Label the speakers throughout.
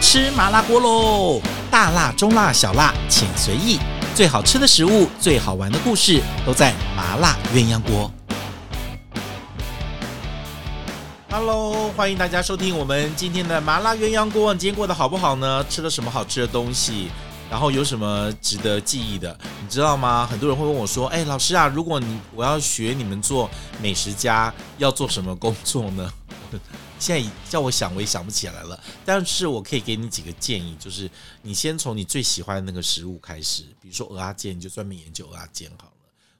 Speaker 1: 吃麻辣锅喽！大辣、中辣、小辣，请随意。最好吃的食物，最好玩的故事，都在麻辣鸳鸯锅。Hello，欢迎大家收听我们今天的麻辣鸳鸯锅。你今天过得好不好呢？吃了什么好吃的东西？然后有什么值得记忆的？你知道吗？很多人会问我说：“哎，老师啊，如果你我要学你们做美食家，要做什么工作呢？” 现在叫我想，我也想不起来了。但是我可以给你几个建议，就是你先从你最喜欢的那个食物开始，比如说鹅阿啊煎，你就专门研究鹅阿煎好了。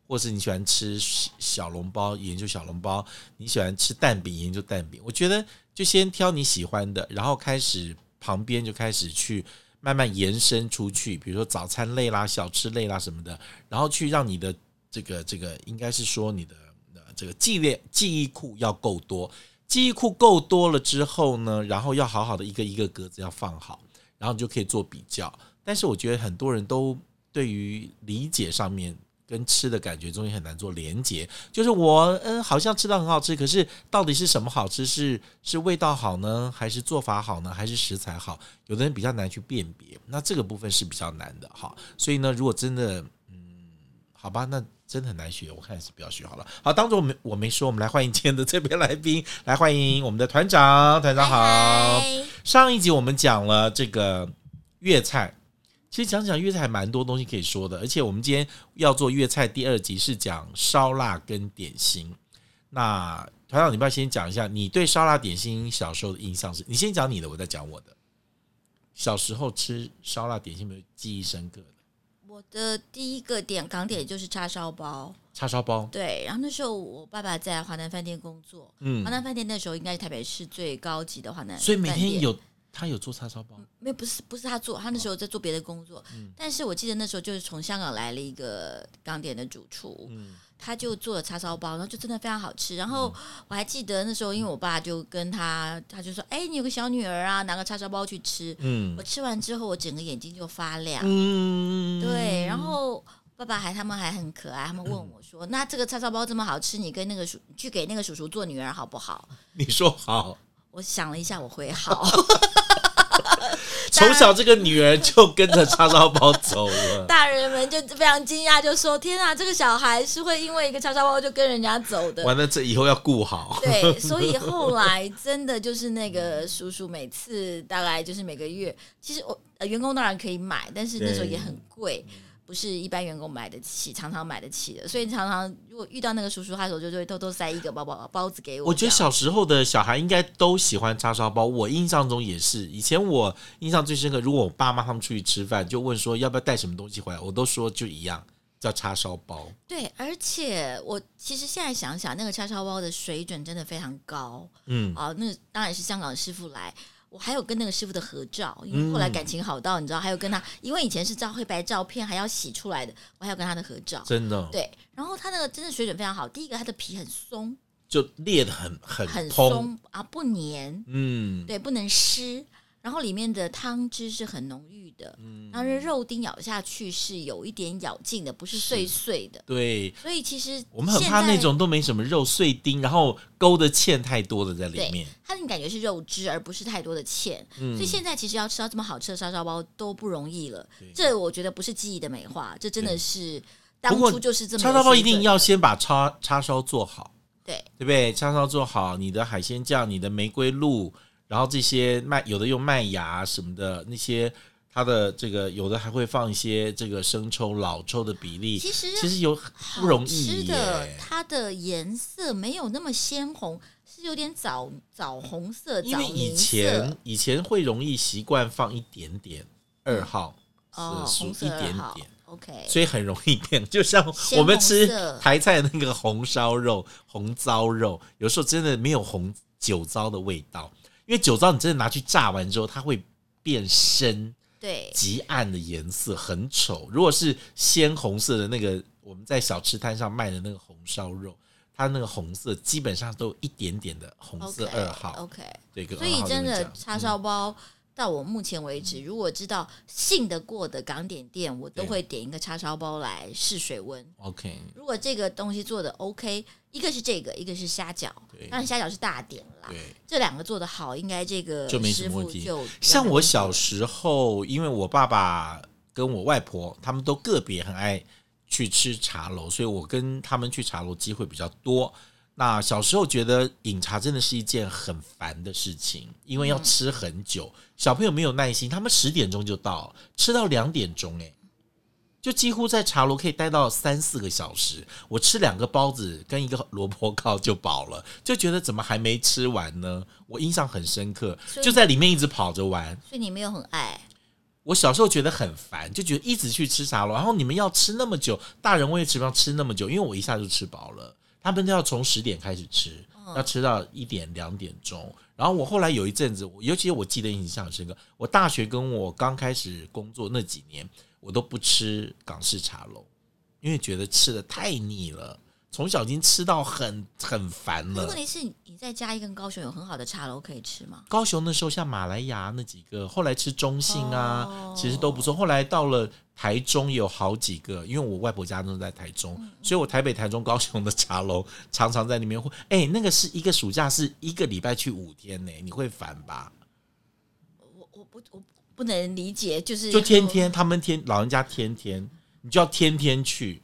Speaker 1: 或是你喜欢吃小笼包，研究小笼包；你喜欢吃蛋饼，研究蛋饼。我觉得就先挑你喜欢的，然后开始旁边就开始去慢慢延伸出去，比如说早餐类啦、小吃类啦什么的，然后去让你的这个这个应该是说你的呃这个记忆记忆库要够多，记忆库够多了之后呢，然后要好好的一个一个格子要放好，然后你就可以做比较。但是我觉得很多人都对于理解上面跟吃的感觉中间很难做连结。就是我嗯，好像吃到很好吃，可是到底是什么好吃？是是味道好呢，还是做法好呢，还是食材好？有的人比较难去辨别，那这个部分是比较难的哈。所以呢，如果真的嗯好吧，那真的很难学，我看还是不要学好了。好，当做我没我没说，我们来欢迎今天的特别来宾，来欢迎我们的团长，团长好。
Speaker 2: 嗨
Speaker 1: 上一集我们讲了这个粤菜，其实讲讲粤菜还蛮多东西可以说的，而且我们今天要做粤菜第二集是讲烧腊跟点心。那团长，你不要先讲一下你对烧腊点心小时候的印象是？你先讲你的，我再讲我的。小时候吃烧腊点心有没有记忆深刻的？
Speaker 2: 我的第一个点港点就是叉烧包，
Speaker 1: 叉烧包，
Speaker 2: 对。然后那时候我爸爸在华南饭店工作，
Speaker 1: 嗯
Speaker 2: 华南饭店那时候应该是台北市最高级的华南饭店，
Speaker 1: 所以每天有他有做叉烧包，
Speaker 2: 没有不是不是他做，他那时候在做别的工
Speaker 1: 哦
Speaker 2: 作。
Speaker 1: 嗯
Speaker 2: 但是我记得那时候就是从香港来了一个港点的主厨，
Speaker 1: 嗯
Speaker 2: 他就做了叉烧包，然后就真的非常好吃。然后我还记得那时候，因为我爸就跟他，他就说：“哎，你有个小女儿啊，拿个叉烧包去吃。”
Speaker 1: 嗯
Speaker 2: 我吃完之后，我整个眼睛就发亮。
Speaker 1: 嗯
Speaker 2: 对，然后爸爸还他们还很可爱，他们问我说：“那这个叉烧包这么好吃，你跟那个叔去给那个叔叔做女儿好不好
Speaker 1: 你说好，？”
Speaker 2: 我想了一下，我会好。
Speaker 1: 从小这个女儿就跟着叉烧包走了，
Speaker 2: 大人们就非常惊讶，就说：“天啊，这个小孩是会因为一个叉烧包就跟人家走的。”
Speaker 1: 完了这以后要顾 好，
Speaker 2: 对，所以后来真的就是那个
Speaker 1: 嗯
Speaker 2: 叔叔，每次大概就是每个月，其实我、呃、员工当然可以买，但是那时候
Speaker 1: 对
Speaker 2: 也很贵，不是一般员工买得起，常常买得起的。所以常常如果遇到那个叔叔，他手就就会偷偷塞一个包包包子给 我。
Speaker 1: 我觉得
Speaker 2: 这
Speaker 1: 小
Speaker 2: 样
Speaker 1: 时候的小孩应该都喜欢叉烧包，我印象中也是。以前我印象最深刻，如果我爸妈他们出去吃饭，就问说要不要带什么东西回来，我都说就一样，叫叉烧包。
Speaker 2: 对，而且我其实现在想想，那个叉烧包的水准真的非常高。
Speaker 1: 嗯，
Speaker 2: 啊，那个当然是香港师傅来。我还有跟那个师傅的合照，因为
Speaker 1: 嗯
Speaker 2: 后来感情好到你知道，还有跟他，因为以前是照黑白照片，还要洗出来的，我还有跟他的合照。
Speaker 1: 真的
Speaker 2: 对，然后他那个真的水准非常好。第一个，他的皮很松，
Speaker 1: 就裂的很很
Speaker 2: 很
Speaker 1: 通，
Speaker 2: 松啊，不粘，
Speaker 1: 嗯，
Speaker 2: 对，不能湿。然后里面的汤汁是很浓郁的，
Speaker 1: 嗯
Speaker 2: 然后那肉丁咬下去是有一点咬劲的，不是碎碎的。
Speaker 1: 对。
Speaker 2: 所以其实
Speaker 1: 我们很怕
Speaker 2: 现在
Speaker 1: 那种都没什么肉碎丁，然后勾的芡太多的在里面
Speaker 2: 对。，它的感觉是肉汁，而不是太多的芡。
Speaker 1: 嗯
Speaker 2: 所以现在其实要吃到这么好吃的烧烧包都不容易了
Speaker 1: 对。
Speaker 2: 这我觉得不是记忆的美化，这真的是当
Speaker 1: 不过
Speaker 2: 初就是这么
Speaker 1: 叉
Speaker 2: 有
Speaker 1: 烧包一
Speaker 2: 水
Speaker 1: 定
Speaker 2: 准
Speaker 1: 要先把叉叉烧做好，
Speaker 2: 对
Speaker 1: 对不对？叉烧做好，你的海鲜酱、你的玫瑰露，然后这些麦有的用麦芽什么的那些。它的这个有的还会放一些这个生抽、老抽的比例，
Speaker 2: 其实
Speaker 1: 其实有
Speaker 2: 好
Speaker 1: 不容
Speaker 2: 吃
Speaker 1: 易
Speaker 2: 的
Speaker 1: 耶，
Speaker 2: 它的颜色没有那么鲜红，是有点枣枣红色、
Speaker 1: 因
Speaker 2: 枣
Speaker 1: 为以
Speaker 2: 泥
Speaker 1: 前
Speaker 2: 色。
Speaker 1: 以前会容易习惯放一点点二号
Speaker 2: 哦，
Speaker 1: 色素
Speaker 2: 红
Speaker 1: 一
Speaker 2: 色
Speaker 1: 点
Speaker 2: 好
Speaker 1: 点，
Speaker 2: OK，
Speaker 1: 所以很容易变，就像
Speaker 2: 鲜
Speaker 1: 我们
Speaker 2: 红
Speaker 1: 吃
Speaker 2: 色
Speaker 1: 台菜那个红烧肉、红糟肉，有时候真的没有红酒糟的味道，因为酒糟你真的拿去炸完之后，它会变深、
Speaker 2: 对，
Speaker 1: 极暗的颜色，很丑。如果是鲜红色的那个，我们在小吃摊上卖的那个红烧肉，它那个红色基本上都有一点点的红 色二号
Speaker 2: OK，
Speaker 1: 对，跟
Speaker 2: 所以
Speaker 1: 2号
Speaker 2: 真
Speaker 1: 这么
Speaker 2: 的
Speaker 1: 讲嗯
Speaker 2: 叉烧包，到我目前为止，如果知道信得过的港点店，我都
Speaker 1: 对
Speaker 2: 会点一个叉烧包来试水温。
Speaker 1: OK，
Speaker 2: 如果这个东西做的 OK，一个是这个，一个是虾饺，
Speaker 1: 对
Speaker 2: 当然虾饺是大点啦。
Speaker 1: 对。
Speaker 2: 这两个做的好，应该这个
Speaker 1: 就没什
Speaker 2: 师
Speaker 1: 么问
Speaker 2: 傅
Speaker 1: 题
Speaker 2: 就
Speaker 1: 像我小时候，因为我爸爸跟我外婆他们都个别很爱去吃茶楼，所以我跟他们去茶楼机会比较多。那小时候觉得饮茶真的是一件很烦的事情，因
Speaker 2: 嗯
Speaker 1: 为要吃很久，小朋友没有耐心，他们十点钟就到，吃到两点钟，哎，就几乎在茶楼可以待到三四个小时。我吃两个包子跟一个萝卜糕就饱了，就觉得怎么还没吃完呢？我印象很深刻，
Speaker 2: 所以
Speaker 1: 就在里面一直跑着玩。
Speaker 2: 所以你没有很爱，
Speaker 1: 我小时候觉得很烦，就觉得一直去吃茶楼，然后你们要吃那么久，大人为什么要吃那么久？因为我一下就吃饱了，他们都要从十点开始吃，要吃到一点两点钟。然后我后来有一阵子，我尤其我记得印象很深刻，我大学跟我刚开始工作那几年，我都不吃港式茶楼，因为觉得吃的太腻了，从小已经吃到很很烦
Speaker 2: 可
Speaker 1: 了
Speaker 2: 是问。题是你在嘉义跟高雄有很好的茶楼可以吃吗？
Speaker 1: 高雄那时候像马来亚那几个，后来吃中信啊，
Speaker 2: 哦
Speaker 1: 其实都不错。后来到了台中也有好几个，因为我外婆家都在台
Speaker 2: 嗯
Speaker 1: 中，所以我台北、台中、高雄的茶楼 常常在里面会。哎、那个是一个暑假是一个礼拜去五天呢、你会烦吧？
Speaker 2: 我我不我不能理解，就是
Speaker 1: 就天天他们天老人家天天，你就要天天去，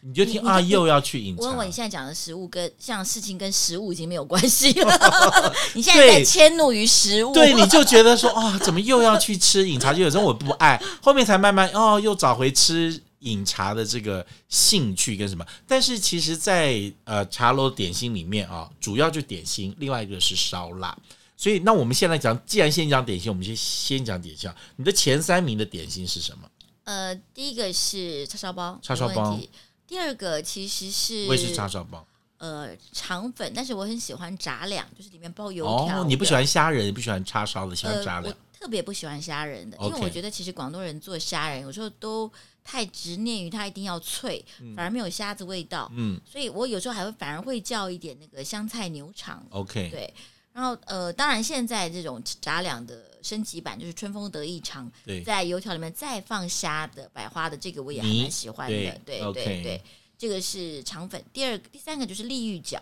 Speaker 1: 你就
Speaker 2: 你
Speaker 1: 听
Speaker 2: 你
Speaker 1: 啊
Speaker 2: 你
Speaker 1: 又要去饮
Speaker 2: 我问
Speaker 1: 茶
Speaker 2: 我，你现在讲的食物跟像事情跟食物已经没有关系了， 你现在在
Speaker 1: 对
Speaker 2: 迁怒于食物，
Speaker 1: 对，你就觉得说啊、怎么又要去吃饮茶？就有时候我不爱， 后面才慢慢哦，又找回吃饮茶的这个兴趣跟什么。但是其实在，呃茶楼点心里面啊、主要就点心，另外一个是烧腊。所以，那我们现在讲，既然先讲点心，我们先先讲点心啊。你的前三名的点心是什么？
Speaker 2: 呃，第一个是叉烧包，
Speaker 1: 叉烧
Speaker 2: 没
Speaker 1: 包
Speaker 2: 问题。第二个其实是
Speaker 1: 我也是叉烧包。
Speaker 2: 呃肠粉，但是我很喜欢炸两，就是里面包油条的。
Speaker 1: 哦，你不喜欢虾仁，也不喜欢叉烧的，喜欢
Speaker 2: 呃
Speaker 1: 炸，的
Speaker 2: 我。特别不喜欢虾仁的，因
Speaker 1: OK
Speaker 2: 为我觉得其实广东人做虾仁有时候都太执念于它一定要脆，反而没有虾子味道。
Speaker 1: 嗯
Speaker 2: 所以我有时候还会反而会叫一点那个香菜牛肠。
Speaker 1: ，OK，
Speaker 2: 对，然后呃，当然现在这种炸两的升级版就是春风得意肠，
Speaker 1: 对
Speaker 2: 在油条里面再放虾的百花的，这个我也还
Speaker 1: 泥
Speaker 2: 蛮喜欢的。
Speaker 1: 对
Speaker 2: 对
Speaker 1: OK
Speaker 2: 对对，这个是肠粉。第二个、第三个就是利玉饺，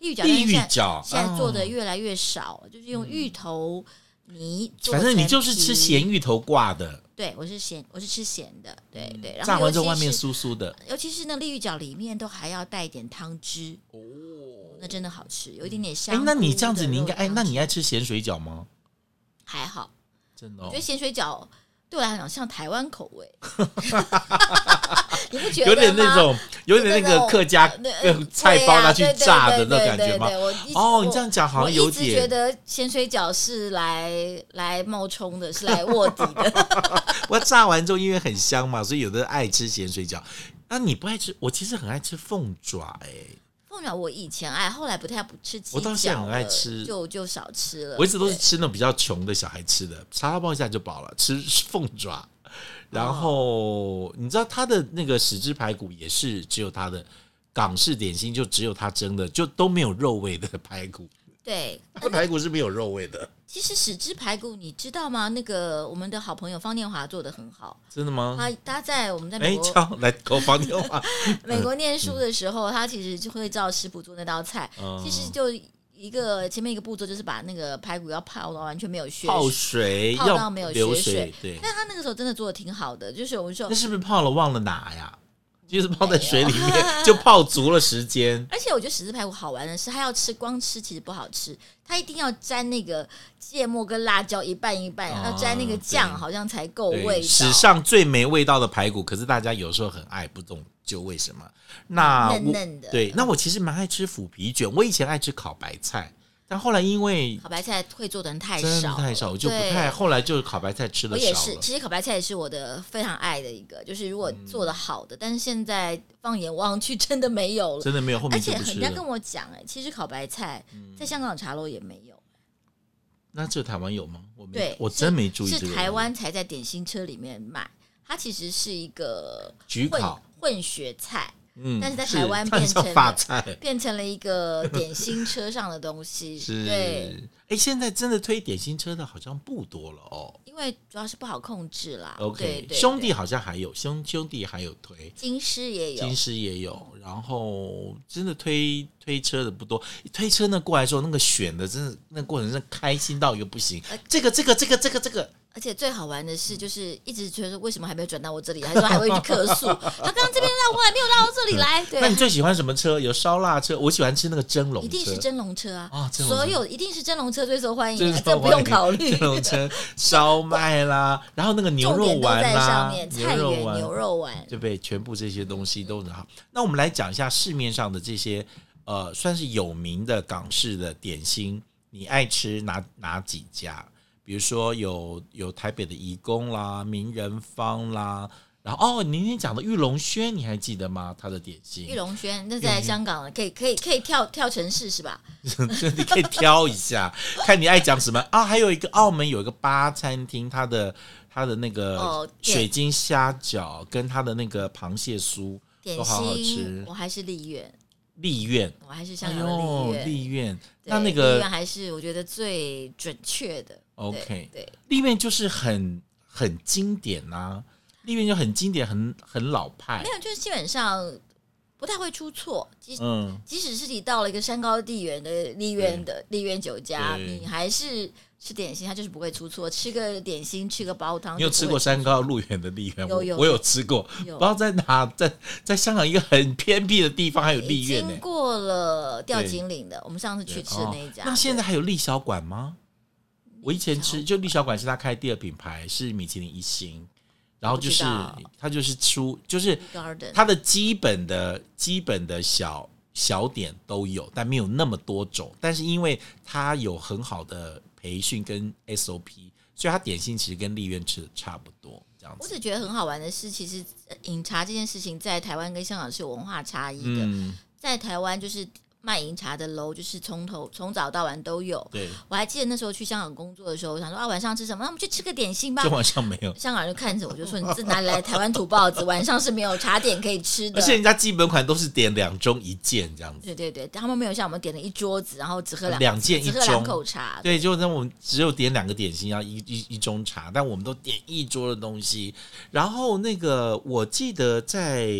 Speaker 2: 利玉饺
Speaker 1: 地狱
Speaker 2: 但是
Speaker 1: 饺，
Speaker 2: 现在现在做的
Speaker 1: 哦
Speaker 2: 越来越少，就是用芋头泥做
Speaker 1: 反
Speaker 2: 成皮。
Speaker 1: 正你就是吃咸芋头挂的。
Speaker 2: 对，我是咸，我是吃咸的。对对，然
Speaker 1: 嗯炸完
Speaker 2: 后尤其
Speaker 1: 之后外面
Speaker 2: 是
Speaker 1: 酥酥的，
Speaker 2: 尤其是那利玉饺里面都还要带一点汤汁哦，那真的好吃，有一点点
Speaker 1: 哎
Speaker 2: 香，菇
Speaker 1: 那
Speaker 2: 的肉汤汁。
Speaker 1: 你这样子你应该哎，那你爱吃咸水饺吗？
Speaker 2: 还好，
Speaker 1: 真的、哦
Speaker 2: 我觉得，咸水饺对我来讲像台湾口 味，你不觉得
Speaker 1: 有点
Speaker 2: 吗
Speaker 1: 那种有点那
Speaker 2: 那
Speaker 1: 个
Speaker 2: 种
Speaker 1: 客家
Speaker 2: 对啊
Speaker 1: 呃菜包拿去炸的那种感觉？吗
Speaker 2: 对？啊对对对对对对我一直
Speaker 1: 哦，你
Speaker 2: 我
Speaker 1: 这样讲好
Speaker 2: 我
Speaker 1: 像有
Speaker 2: 一直觉
Speaker 1: 点，
Speaker 2: 得咸水饺是来来冒充的，是来卧底 的。
Speaker 1: 我炸完之后因为很香嘛，所以有的人爱吃咸水饺。那你不爱吃？我其实很爱吃凤爪、哎，
Speaker 2: 凤爪我以前爱，后来不太不吃鸡
Speaker 1: 我倒是
Speaker 2: 脚
Speaker 1: 很爱
Speaker 2: 了
Speaker 1: 吃
Speaker 2: 就就少吃了。
Speaker 1: 我一直都是
Speaker 2: 对
Speaker 1: 吃那种比较穷的小孩吃的，沙拉包一下就饱了， 吃凤爪。然后你知道它的那个豉汁排骨也是只有它的港式点心，就只有它蒸的，就都没有肉味的排 骨。
Speaker 2: 对
Speaker 1: 它排骨是没有肉味的，
Speaker 2: 其实豉汁排骨，你知道吗？那个我们的好朋友方念华做的很好，
Speaker 1: 真的吗？
Speaker 2: 他他在我们在
Speaker 1: 哎嗯
Speaker 2: 美，国、
Speaker 1: 叫来给我放电 话。
Speaker 2: 美国念书的时候，他其实就会照食谱做那道菜。
Speaker 1: 嗯
Speaker 2: 其实就一个前面一个步骤，就是把那个排骨要泡到完全没有血
Speaker 1: 泡
Speaker 2: 水。
Speaker 1: 水
Speaker 2: 泡
Speaker 1: 要
Speaker 2: 到没有
Speaker 1: 流
Speaker 2: 血
Speaker 1: 水
Speaker 2: 水，
Speaker 1: 对，
Speaker 2: 但他那个时候真的做的挺好的，就是我们说
Speaker 1: 那，是不是泡了忘了拿呀？就是泡在水里面，就泡足了时间。
Speaker 2: 而且我觉得豉汁排骨好玩的是，它要吃光吃其实不好吃，它一定要沾那个芥末跟辣椒一半一半，
Speaker 1: 啊
Speaker 2: 要沾那个酱，
Speaker 1: 对
Speaker 2: 好像才够味
Speaker 1: 对，
Speaker 2: 道。
Speaker 1: 史上最没味道的排骨，可是大家有时候很爱，不懂就为什么。那啊我
Speaker 2: 嫩嫩的
Speaker 1: 对，那我其实蛮爱吃腐皮卷，我以前爱吃烤白菜，但后来因为
Speaker 2: 烤白菜会做的人太
Speaker 1: 真的
Speaker 2: 少，
Speaker 1: 太少，我就不
Speaker 2: 对
Speaker 1: 太，后来就是烤白菜吃
Speaker 2: 我
Speaker 1: 的
Speaker 2: 也
Speaker 1: 少
Speaker 2: 是，
Speaker 1: 了。
Speaker 2: 其实烤白菜也是我的非常爱的一个，就是如果做的好的，但是现在放眼望去真的没有了。
Speaker 1: 嗯真的没有，后
Speaker 2: 而
Speaker 1: 面就
Speaker 2: 且
Speaker 1: 不
Speaker 2: 人
Speaker 1: 吃
Speaker 2: 家跟
Speaker 1: 了。嗯
Speaker 2: 我讲，哎，其实烤白菜在香港茶楼也没有，
Speaker 1: 那这台湾有吗？我没
Speaker 2: 对，，
Speaker 1: 我
Speaker 2: 是
Speaker 1: 真没注意这个
Speaker 2: 是
Speaker 1: 问题。
Speaker 2: 台湾才在点心车里面卖，它其实是一个
Speaker 1: 焗
Speaker 2: 混
Speaker 1: 烤
Speaker 2: 混血菜，
Speaker 1: 嗯
Speaker 2: 但是在
Speaker 1: 是
Speaker 2: 台湾
Speaker 1: 它很
Speaker 2: 变
Speaker 1: 像
Speaker 2: 成
Speaker 1: 法
Speaker 2: 了
Speaker 1: 菜，
Speaker 2: 变成了一个点心车上的东 西。
Speaker 1: 是
Speaker 2: 对，。
Speaker 1: 哎，现在真的推点心车的好像不多了哦。
Speaker 2: 因为主要是不好控制啦。对
Speaker 1: OK，
Speaker 2: 对
Speaker 1: 兄
Speaker 2: 对
Speaker 1: 弟好像还有兄兄弟还有推，
Speaker 2: 金狮也有
Speaker 1: 金，狮也有，然后真的推推车的不多。推车那过来之后，那个选的真的那过程真的开心到一个不行
Speaker 2: 呃。
Speaker 1: 这个这个这个这个这个，
Speaker 2: 而且最好玩的是，就是一直觉得为什么还没有转到我这里，还说还会去客 诉，他刚刚这边让我还没有到这里来，
Speaker 1: 那你
Speaker 2: 对。啊
Speaker 1: 最喜欢什么车？有烧腊车，我喜欢吃那个蒸笼
Speaker 2: 一定是
Speaker 1: 车。
Speaker 2: 蒸笼车啊！
Speaker 1: 啊蒸笼车
Speaker 2: 所有一定是蒸笼车最受欢
Speaker 1: 真
Speaker 2: 迎、
Speaker 1: 是
Speaker 2: 啊，这不用考虑
Speaker 1: 蒸。笼车、烧麦啦，然后那个牛
Speaker 2: 重
Speaker 1: 肉
Speaker 2: 点都
Speaker 1: 丸
Speaker 2: 在上
Speaker 1: 啦
Speaker 2: 面，，菜
Speaker 1: 牛肉
Speaker 2: 园
Speaker 1: 丸
Speaker 2: 牛肉丸，
Speaker 1: 对不对？全部这些东西都很好。那我们来讲一下市面上的这些呃，算是有名的港式的点心，你爱吃哪哪几家？比如说有有台北的怡工啦、名人坊啦，然后哦，你那天讲的玉龙轩，你还记得吗？它的点心
Speaker 2: 玉，龙轩那
Speaker 1: 嗯
Speaker 2: 在香港了，可以可以可以跳跳城市是吧？
Speaker 1: 你可以挑一下，看你爱讲什么啊。还有一个澳门有一个巴餐厅，它的它的那个
Speaker 2: 哦对
Speaker 1: 水晶虾饺跟它的那个螃蟹酥
Speaker 2: 点
Speaker 1: 都
Speaker 2: 心，
Speaker 1: 好好吃
Speaker 2: 我。还是丽苑，
Speaker 1: 丽苑，
Speaker 2: 我还是香
Speaker 1: 哎
Speaker 2: 港的
Speaker 1: 呦
Speaker 2: 丽，苑。
Speaker 1: 丽苑，
Speaker 2: 对
Speaker 1: 那那
Speaker 2: 丽
Speaker 1: 个
Speaker 2: 苑还是我觉得最准确的。
Speaker 1: OK
Speaker 2: 对，对
Speaker 1: 丽苑就是很很经典呐、丽苑就很经典，很很老派
Speaker 2: 没，有，就是基本上不太会出错。即
Speaker 1: 嗯，
Speaker 2: 即使是你到了一个山高地远的丽苑的丽苑酒家，
Speaker 1: 对
Speaker 2: 你还是吃点心，它就是不会出错。吃个点心，吃个煲汤，
Speaker 1: 你有
Speaker 2: 就
Speaker 1: 吃
Speaker 2: 不会
Speaker 1: 过山高路远的丽苑？
Speaker 2: 有
Speaker 1: 我
Speaker 2: 有
Speaker 1: 我有吃过，不
Speaker 2: 有
Speaker 1: 知道在哪，在在香港一个很偏僻的地方还有丽苑呢
Speaker 2: 哎经。过了吊颈岭的，我们上次去
Speaker 1: 对
Speaker 2: 吃的
Speaker 1: 哦
Speaker 2: 那一家，
Speaker 1: 那现在还有丽小馆吗？我以前吃就丽小馆是他开的第二品牌，是米其林一星，然后就是
Speaker 2: 我不知道
Speaker 1: 他就是出就是
Speaker 2: 对 Garden
Speaker 1: 它的基本的基本的小小点都有，但没有那么多种。但是因为它有很好的培训跟 SOP，所以它点心其实跟丽苑吃的差不多，这样
Speaker 2: 我
Speaker 1: 子。
Speaker 2: 只觉得很好玩的是，其实呃饮茶这件事情在台湾跟香港是有文化差异的。
Speaker 1: 嗯，
Speaker 2: 在台湾就是卖饮茶的楼，就是从头从早到晚都有。
Speaker 1: 对，
Speaker 2: 我还记得那时候去香港工作的时候，我想说啊，晚上吃什么？那我们去吃个点心吧
Speaker 1: 就。晚上没有，
Speaker 2: 香港人就看着我，就说：“你这哪里来的台湾土包子？晚上是没有茶点可以吃的
Speaker 1: 而。且人家基本款都是点两盅一件这样”子，
Speaker 2: 对对对，他们没有像我们点了一桌子，然后只喝两
Speaker 1: 两件一
Speaker 2: 只喝两
Speaker 1: 盅。
Speaker 2: 口茶。
Speaker 1: 对，就那我们只有点两个点心，然后一一一盅茶，但我们都点一桌的东西。然后那个我记得在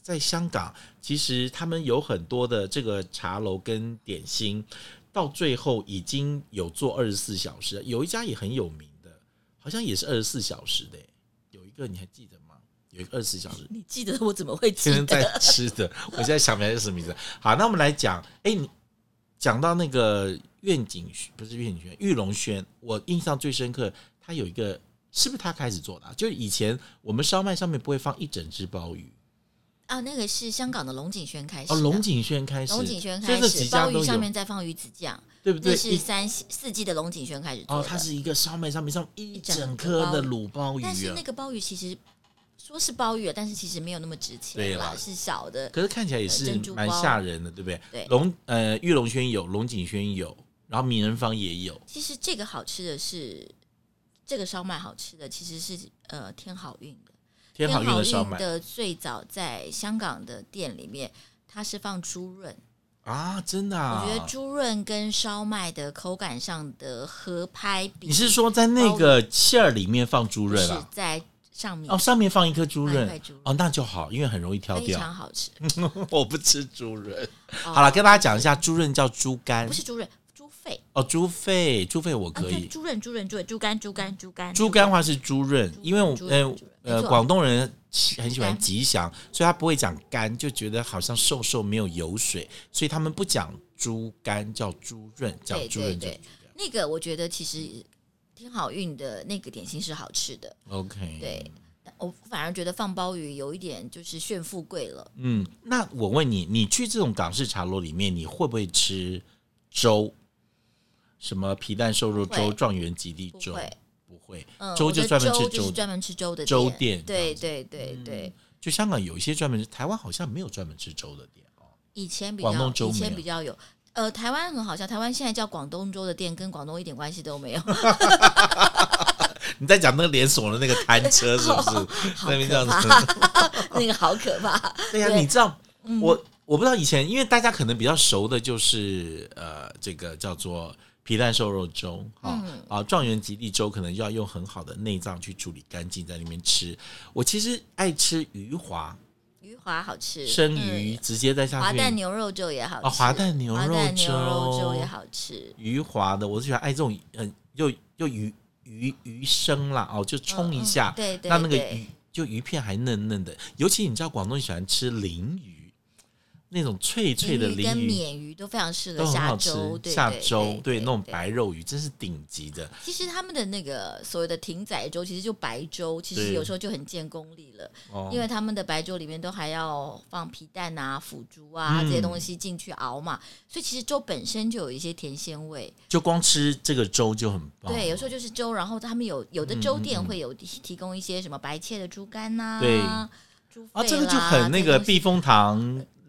Speaker 1: 在香港，其实他们有很多的这个茶楼跟点心，到最后已经有做二十四小时，有一家也很有名的，好像也是二十四小时的耶，有一个你还记得吗？有一个二十四小时，
Speaker 2: 你记得我怎么会记
Speaker 1: 天天
Speaker 2: 得？
Speaker 1: 在吃 的，我现在想不起来是什么名字。好，那我们来讲，哎、你讲到那个愿景轩不是愿景轩，玉龙轩，我印象最深刻，他有一个是不是他开始做的、啊？就以前我们烧麦上面不会放一整只鲍鱼，
Speaker 2: 啊，那个是香港的龙井轩开始
Speaker 1: 哦，
Speaker 2: 哎的。
Speaker 1: 龙井轩开始，
Speaker 2: 龙井轩
Speaker 1: 所
Speaker 2: 开
Speaker 1: 以这几
Speaker 2: 始，
Speaker 1: 家
Speaker 2: 鲍
Speaker 1: 都
Speaker 2: 鱼上
Speaker 1: 有，
Speaker 2: 面再放鱼子酱，
Speaker 1: 对不对
Speaker 2: 那？是
Speaker 1: 一
Speaker 2: 三四季的龙井轩开始做
Speaker 1: 哦
Speaker 2: 的。，
Speaker 1: 它是一个烧麦上面上一整
Speaker 2: 整
Speaker 1: 颗
Speaker 2: 颗
Speaker 1: 的
Speaker 2: 鲍鱼
Speaker 1: 卤鲍鱼
Speaker 2: 但是
Speaker 1: 啊
Speaker 2: 那，个鲍鱼其实说是鲍鱼，啊但是其实没有那么值钱，
Speaker 1: 对啦
Speaker 2: 啦，是小的。
Speaker 1: 可是看起来也是
Speaker 2: 珍珠
Speaker 1: 蛮
Speaker 2: 鲍
Speaker 1: 吓人的，对不对？
Speaker 2: 对
Speaker 1: 龙呃玉龙轩有，龙井轩有，然后名人坊也有。
Speaker 2: 其实这个好吃的是这个烧麦好吃的，其实是呃天好运的。
Speaker 1: 天好运的烧
Speaker 2: 天
Speaker 1: 麦
Speaker 2: 的最早在香港的店里面，它是放猪润，
Speaker 1: 啊，真的、啊，
Speaker 2: 我觉得猪润跟烧麦的口感上的合拍比，
Speaker 1: 你是说在那个馅儿里面放猪
Speaker 2: 不
Speaker 1: 润
Speaker 2: 是
Speaker 1: 啊？
Speaker 2: 在上面
Speaker 1: 哦，上面放一颗猪
Speaker 2: 放一
Speaker 1: 润
Speaker 2: 块猪，
Speaker 1: 哦，那就好，因为很容易挑
Speaker 2: 非
Speaker 1: 掉。
Speaker 2: 常好吃。
Speaker 1: 嗯我不吃猪润。
Speaker 2: 哦
Speaker 1: 好了，跟大家讲一下，猪润叫猪肝
Speaker 2: 不，是猪润，猪肺
Speaker 1: 哦，猪肺，猪肺我可
Speaker 2: 啊，对，
Speaker 1: 以。
Speaker 2: 猪润，猪润，猪润，猪肝，猪肝，猪肝，
Speaker 1: 猪肝的话是猪润，因为我
Speaker 2: 猪润
Speaker 1: 呃
Speaker 2: 猪润没
Speaker 1: 呃，
Speaker 2: 错
Speaker 1: 广东人喜很喜欢
Speaker 2: 肝
Speaker 1: 吉祥，所以他不会讲肝，就觉得好像瘦瘦没有油水，所以他们不讲猪肝，叫猪润，讲
Speaker 2: 对
Speaker 1: 猪润
Speaker 2: 对
Speaker 1: 就
Speaker 2: 对，那个我觉得其实挺好运的，那个点心是好吃的。
Speaker 1: OK。
Speaker 2: 对，我反而觉得放鲍鱼有一点就是炫富贵了。
Speaker 1: 嗯，那我问你，你去这种港式茶楼里面，你会不会吃粥？什么皮蛋瘦肉
Speaker 2: 不
Speaker 1: 粥、
Speaker 2: 会
Speaker 1: 状元及第
Speaker 2: 不
Speaker 1: 粥？
Speaker 2: 会，
Speaker 1: 不会，
Speaker 2: 嗯，
Speaker 1: 粥
Speaker 2: 我
Speaker 1: 就
Speaker 2: 的
Speaker 1: 专门吃
Speaker 2: 粥，就
Speaker 1: 粥
Speaker 2: 是专门吃粥的
Speaker 1: 粥店这
Speaker 2: 对
Speaker 1: 样嗯
Speaker 2: 对对对，
Speaker 1: 就香港有一些专门，台湾好像没有专门吃粥的店哦。
Speaker 2: 以前比
Speaker 1: 广东
Speaker 2: 较，
Speaker 1: 粥
Speaker 2: 以
Speaker 1: 没
Speaker 2: 前
Speaker 1: 有
Speaker 2: 比较有。呃，台湾很好笑，台湾现在叫广东粥的店跟广东一点关系都没有，
Speaker 1: 你在讲那个连锁的那个摊车是不是？
Speaker 2: 好
Speaker 1: 那边这样
Speaker 2: 可
Speaker 1: 子，
Speaker 2: 怕，那个好可怕。
Speaker 1: 对呀、
Speaker 2: 对
Speaker 1: 你知道
Speaker 2: 嗯
Speaker 1: 我我不知道以前，因为大家可能比较熟的就是呃，这个叫做皮蛋瘦肉粥啊、
Speaker 2: 嗯
Speaker 1: 啊，状元及第粥可能要用很好的内脏去处理干净，在里面吃。我其实爱吃鱼滑
Speaker 2: 鱼滑好吃，
Speaker 1: 生
Speaker 2: 嗯
Speaker 1: 鱼，直接在下
Speaker 2: 滑
Speaker 1: 去
Speaker 2: 蛋牛肉粥也好吃，
Speaker 1: 啊滑蛋牛
Speaker 2: 滑
Speaker 1: 肉
Speaker 2: 蛋牛肉
Speaker 1: 粥
Speaker 2: 粥也好吃，
Speaker 1: 鱼滑的，我是喜欢爱这种嗯、又又鱼鱼鱼生啦哦，就冲一下
Speaker 2: 嗯，对对
Speaker 1: 那那个
Speaker 2: 对
Speaker 1: 鱼，就鱼片还嫩嫩的，尤其你知道广东喜欢吃鲮鱼，那种脆脆的
Speaker 2: 鲮鱼跟
Speaker 1: 鲮鱼
Speaker 2: 鲶鱼都非常适合
Speaker 1: 都很
Speaker 2: 下
Speaker 1: 好吃
Speaker 2: 粥，，对
Speaker 1: 下
Speaker 2: 对
Speaker 1: 粥对那种。
Speaker 2: 对
Speaker 1: 白肉鱼真是顶级的。
Speaker 2: 其实他们的那个所谓的艇仔粥，其实就白粥，其实
Speaker 1: 对
Speaker 2: 有时候就很见功力了，
Speaker 1: 哦
Speaker 2: 因为他们的白粥里面都还要放皮蛋啊、腐竹啊、
Speaker 1: 嗯
Speaker 2: 这些东西进去熬嘛，所以其实粥本身就有一些甜鲜味。
Speaker 1: 就光吃这个粥就很棒。
Speaker 2: 对，有时候就是粥，然后他们有有的粥店
Speaker 1: 哦嗯嗯嗯
Speaker 2: 会有提供一些什么白切的猪肝呐、
Speaker 1: 对
Speaker 2: 猪
Speaker 1: 啊，
Speaker 2: 肺
Speaker 1: 这个就
Speaker 2: 啦
Speaker 1: 很那个
Speaker 2: 这些
Speaker 1: 避风塘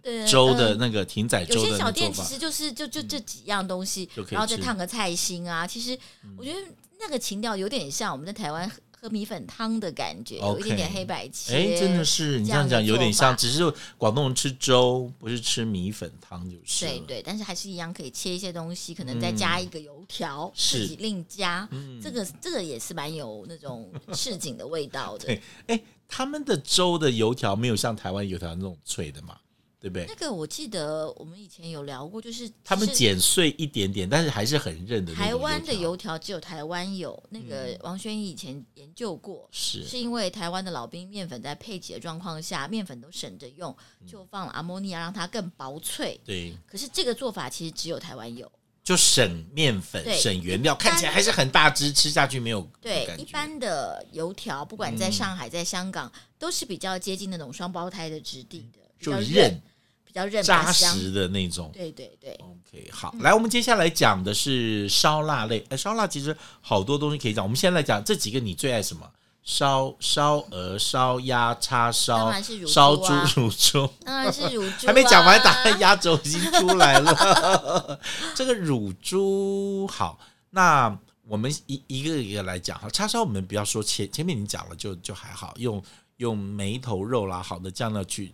Speaker 2: 东西
Speaker 1: 粥
Speaker 2: 对
Speaker 1: 的
Speaker 2: 嗯
Speaker 1: 那个艇仔
Speaker 2: 有
Speaker 1: 粥
Speaker 2: 些
Speaker 1: 的
Speaker 2: 小
Speaker 1: 那做
Speaker 2: 店其
Speaker 1: 法。嗯
Speaker 2: 实就是就就这几样东西
Speaker 1: 就可，以
Speaker 2: 然后再
Speaker 1: 吃嗯
Speaker 2: 烫个菜心啊。其实我觉得那个情调有点像我们在台湾喝喝米粉汤的感觉，有一点点
Speaker 1: OK
Speaker 2: 黑白切。
Speaker 1: 哎，真的是你这样
Speaker 2: 这
Speaker 1: 讲
Speaker 2: 样的
Speaker 1: 有点
Speaker 2: 做
Speaker 1: 像，
Speaker 2: 法
Speaker 1: 只是广东人吃粥不是吃米粉汤就是
Speaker 2: 对
Speaker 1: 了。
Speaker 2: 对，但是还是一样可以切一些东西，可能再加一个油条，
Speaker 1: 是
Speaker 2: 自己另加。
Speaker 1: 嗯
Speaker 2: 这个这个也是蛮有那种市井的味道 的
Speaker 1: 对。哎，他们的粥的油条没有像台湾油条那种脆的嘛，对不对
Speaker 2: 那？个我记得我们以前有聊过，就是
Speaker 1: 他们
Speaker 2: 其实
Speaker 1: 剪碎一点点，但是还是很韧的那种条。嗯
Speaker 2: 台湾的油条只有台湾有，那个王轩怡以前研究过，
Speaker 1: 是
Speaker 2: 是因为台湾的老兵面粉在配给的状况下，面粉都省着用，
Speaker 1: 嗯
Speaker 2: 就放了阿莫尼亚让它更薄脆。
Speaker 1: 对，
Speaker 2: 可是这个做法其实只有台湾有，
Speaker 1: 就省面粉、
Speaker 2: 对
Speaker 1: 省原料，
Speaker 2: 般
Speaker 1: 看起来还是很大只，吃下去没有
Speaker 2: 对
Speaker 1: 感，觉
Speaker 2: 一般的油条，不管在上海、在香港，都是比较接近那种双胞胎的质地的，比
Speaker 1: 嗯就
Speaker 2: 较
Speaker 1: 韧
Speaker 2: 韧、比较韧、比
Speaker 1: 扎
Speaker 2: 较香。
Speaker 1: 实的那种。
Speaker 2: 对对对，嗯
Speaker 1: OK，好，来，我们接下来讲的是烧腊类。哎，烧腊其实好多东西可以讲。我们先来讲这几个，你最爱什么？烧烧鹅、烧鸭、叉烧
Speaker 2: 当然是、乳猪
Speaker 1: 烧猪
Speaker 2: 啊、
Speaker 1: 乳猪。
Speaker 2: 当然是乳猪、啊。
Speaker 1: 还没讲完，打算压轴已经出来了。 这个乳猪好，那我们一一个一个来讲哈。叉烧我们不要说前前面你讲了就就还好，用用梅头肉啦，好的酱料去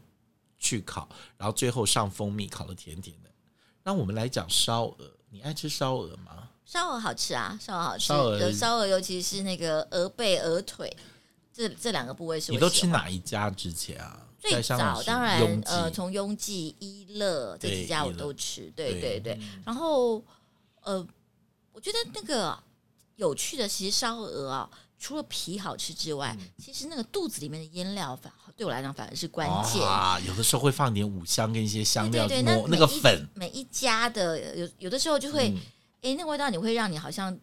Speaker 1: 去烤，然后最后上蜂蜜，烤的甜甜的。那我们来讲烧鹅，你爱吃烧鹅吗？
Speaker 2: 烧鹅好吃啊，烧鹅好吃。
Speaker 1: 烧鹅
Speaker 2: 有烧鹅，尤其是那个鹅背、鹅腿，这这两个部位是我
Speaker 1: 你都吃
Speaker 2: 喜欢
Speaker 1: 哪一家之前啊？
Speaker 2: 最
Speaker 1: 在香港
Speaker 2: 早
Speaker 1: 是
Speaker 2: 当然
Speaker 1: 雍，记
Speaker 2: 呃，从雍记、一乐这
Speaker 1: 对
Speaker 2: 几家我
Speaker 1: 一乐
Speaker 2: 都吃，对
Speaker 1: 对
Speaker 2: 对对。然后，呃，我觉得那个有趣的，其实烧鹅啊，除了皮好吃之外，
Speaker 1: 嗯
Speaker 2: 其实那个肚子里面的腌料反对我来讲反而是关键。
Speaker 1: 啊，有的时候会放点五香跟一些香料
Speaker 2: 对对对，
Speaker 1: 抹
Speaker 2: 那
Speaker 1: 那个
Speaker 2: 每一
Speaker 1: 粉，
Speaker 2: 每一家的有有的时候就会，
Speaker 1: 嗯
Speaker 2: 诶，那味道你会让你好像，